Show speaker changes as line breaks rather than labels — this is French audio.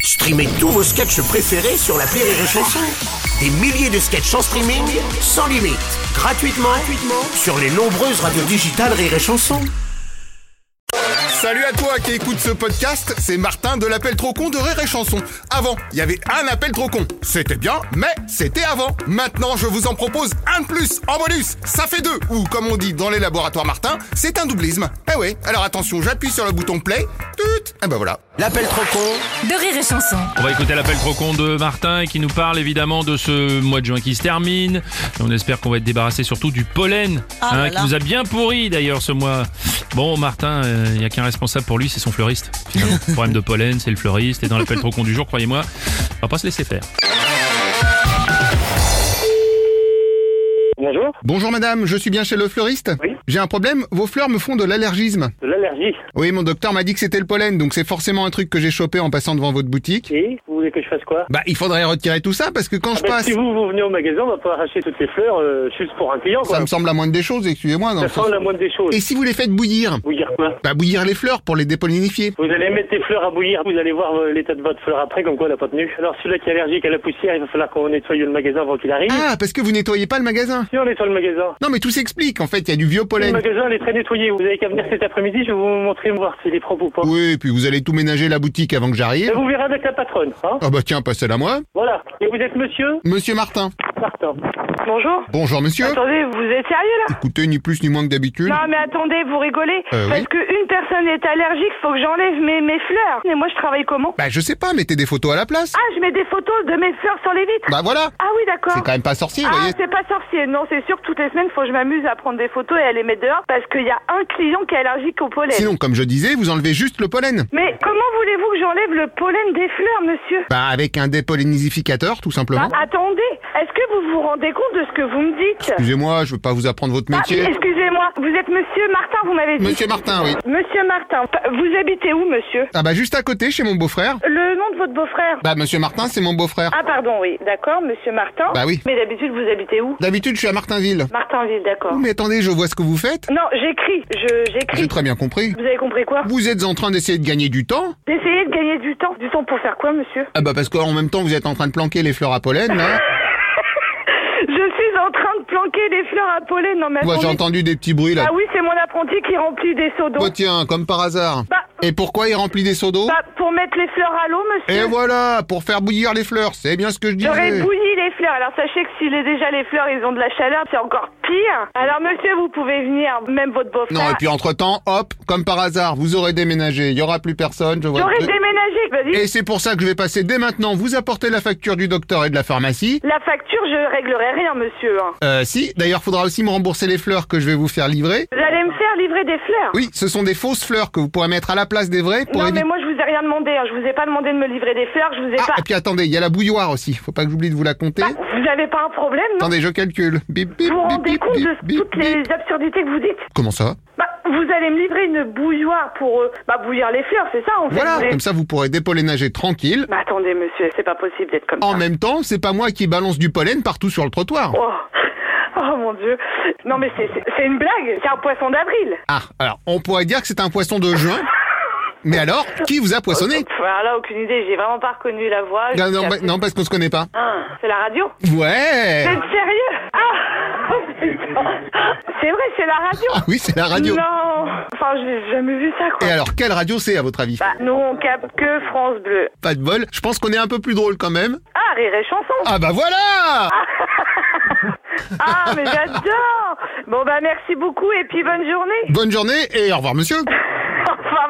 Streamez tous vos sketchs préférés sur la Rire et Chanson. Des milliers de sketchs en streaming, sans limite, gratuitement, gratuitement sur les nombreuses radios digitales Rire et Chanson.
Salut à toi qui écoute ce podcast, c'est Martin de l'appel trop con de Rire et Chanson. Avant, il y avait un appel trop con. C'était bien, mais c'était avant. Maintenant, je vous en propose un de plus en bonus. Ça fait deux, ou comme on dit dans les laboratoires Martin, c'est un doublisme. Eh ouais, alors attention, j'appuie sur le bouton play. Tut Et ben voilà.
L'appel trop con
de rire et chanson.
On va écouter l'appel trop con de Martin qui nous parle évidemment de ce mois de juin qui se termine. Et on espère qu'on va être débarrassé surtout du pollen hein, qui nous a bien pourri d'ailleurs ce mois. Bon, Martin, euh, il n'y a qu'un responsable pour lui, c'est son fleuriste. Finalement, problème de pollen, c'est le fleuriste. Et dans l'appel trop con du jour, croyez-moi, on va pas se laisser faire.
Bonjour.
Bonjour madame, je suis bien chez le fleuriste
Oui.
J'ai un problème, vos fleurs me font de l'allergisme.
De l'allergie.
Oui, mon docteur m'a dit que c'était le pollen, donc c'est forcément un truc que j'ai chopé en passant devant votre boutique.
Et vous voulez que je fasse quoi
Bah, il faudrait retirer tout ça parce que quand je
Ben,
passe,
Si vous, vous venez au magasin, on va pas arracher toutes les fleurs euh, juste pour un client. Quoi.
ça me semble la moindre des choses, excusez-moi. dans
Ça
le sens-
sent la moindre des choses.
Et si vous les faites bouillir
Bouillir quoi
Bah, bouillir les fleurs pour les dépollinifier.
Vous allez mettre les fleurs à bouillir, vous allez voir euh, l'état de votre fleur après, comme quoi elle n'a pas tenu. Alors celui-là qui est allergique à la poussière, il va falloir qu'on nettoie le magasin avant qu'il arrive.
Ah, parce que vous nettoyez pas le magasin
Si on nettoie le magasin.
Non, mais tout s'explique, en fait, il y a du vieux
Le
pollen.
magasin, elle est très nettoyée. Vous avez qu'à venir cet après-midi, je vais vous montrer, voir s'il est propre ou pas.
Oui, et puis vous allez tout ménager la boutique avant que
Et
j'arrive.
vous verrez avec la patronne, hein
Ah bah tiens, passez-la moi.
Voilà. Et vous êtes monsieur
Monsieur Martin.
Martin.
Bonjour.
Bonjour monsieur.
Attendez, vous êtes sérieux là
Écoutez, ni plus ni moins que d'habitude.
Non mais attendez, vous rigolez
Euh, oui.
Parce qu'une personne est allergique, faut que j'enlève mes, mes fleurs. Mais moi je travaille comment
Bah je sais pas, mettez des photos à la place.
Ah, je mets des photos de mes fleurs sur les vitres.
Bah voilà.
Ah oui, d'accord.
C'est quand même pas sorcier, vous
Ah,
voyez.
c'est pas sorcier. Non, c'est sûr que toutes les semaines, faut que je m'amuse à prendre des photos et à les mettre dehors parce qu'il y a un client qui est allergique au pollen.
Sinon, comme je disais, vous enlevez juste le pollen.
Mais comment voulez-vous que j'enlève le pollen des fleurs, monsieur
Bah avec un dépollinificateur, tout simplement.
Ah, Attendez, est-ce que vous vous rendez compte de ce que vous me dites
Excusez-moi, je veux pas vous apprendre votre
Ah,
métier.
Excusez-moi, vous êtes monsieur Martin, vous m'avez dit.
Monsieur Martin, oui.
Monsieur Martin, pa- vous habitez où, monsieur
Ah bah juste à côté, chez mon beau-frère.
Le nom de votre beau-frère
Bah monsieur Martin, c'est mon beau-frère.
Ah pardon, oui, d'accord, monsieur Martin.
Bah oui.
Mais d'habitude, vous habitez où
D'habitude, je suis à Martinville. Oh,
Martinville, d'accord.
Mais attendez, je vois ce que vous faites.
Non, j'écris, je j'écris.
J'ai très bien compris.
Vous avez compris quoi
Vous êtes en train d'essayer de gagner du temps
D'essayer de gagner du temps. Du temps pour faire quoi, monsieur
Ah bah parce qu'en même temps, vous êtes en train de planquer les fleurs à pollen, là.
Bah, Je suis en train de planquer des fleurs à pollen. Non, mais
Moi, j'ai
attendez.
entendu des petits bruits, là.
Ah oui, c'est mon apprenti qui remplit des seaux d'eau.
Oh tiens, comme par hasard.
Bah-
Et pourquoi il remplit des seaux d'eau
Bah, pour mettre les fleurs à l'eau,
Et
monsieur.
voilà, pour faire bouillir les fleurs, c'est bien ce que je
J'aurais
disais.
bouilli les fleurs. Alors sachez que si j'ai déjà les fleurs, ils ont de la chaleur, c'est encore pire. Alors monsieur, vous pouvez venir, même votre beau-frère.
Non, et puis entre-temps, hop, comme par hasard, vous aurez déménagé, il y aura plus personne, je vois.
J'aurais déménagé. Vas-y.
Et c'est pour ça que je vais passer dès maintenant vous apporter la facture du docteur et de la pharmacie.
La facture, je réglerai rien, monsieur. hein.
Euh, si, d'ailleurs, faudra aussi me rembourser les fleurs que je vais vous faire livrer.
Vous allez me faire livrer des fleurs
Oui, ce sont des fausses fleurs que vous pourrez mettre à la place des vraies pour
Non, mais
éviter...
moi, je vous ai rien demandé. hein. Je vous ai pas demandé de me livrer des fleurs. Je vous ai
Ah,
pas...
et puis attendez, il y a la bouilloire aussi, faut pas que j'oublie de vous la compter.
Bah, vous avez pas un problème, non
Attendez, je calcule. Bip, bip,
Vous vous
bip,
rendez
bip,
compte
bip,
de
bip,
toutes
bip.
les absurdités que vous dites
Comment ça
Bah, vous allez me livrer une bouilloire pour euh, bah, bouillir les fleurs, c'est ça, en fait vous
Voilà,
voulez-
comme ça vous pourrez dépollénager tranquille.
Bah, attendez, monsieur, c'est pas possible d'être comme
En
ça.
même temps, c'est pas moi qui balance du pollen partout sur le trottoir.
Ah. Oh. Oh, mon Dieu. Non, mais c'est- c'est c'est une blague. C'est un poisson d'avril.
Ah, alors, on pourrait dire que c'est un poisson de juin. Mais alors, qui vous a poissonné
Pff, Alors là, aucune idée. J'ai vraiment pas reconnu la voix.
non, non, bah- non, parce qu'on se connaît pas.
Ah, c'est la radio
Ouais
Vous êtes sérieux Ah Putain. C'est vrai, c'est la radio.
Ah oui, c'est la radio.
Non Enfin, j'ai jamais vu ça, quoi.
Et alors, quelle radio c'est à votre avis
Bah, nous, on capte que France Bleu.
Pas de bol, je pense qu'on est un peu plus drôle quand même.
Ah, rire et chanson
Ah bah voilà
Ah, mais j'adore Bon, bah, merci beaucoup et puis bonne journée.
Bonne journée et au revoir monsieur
Au revoir,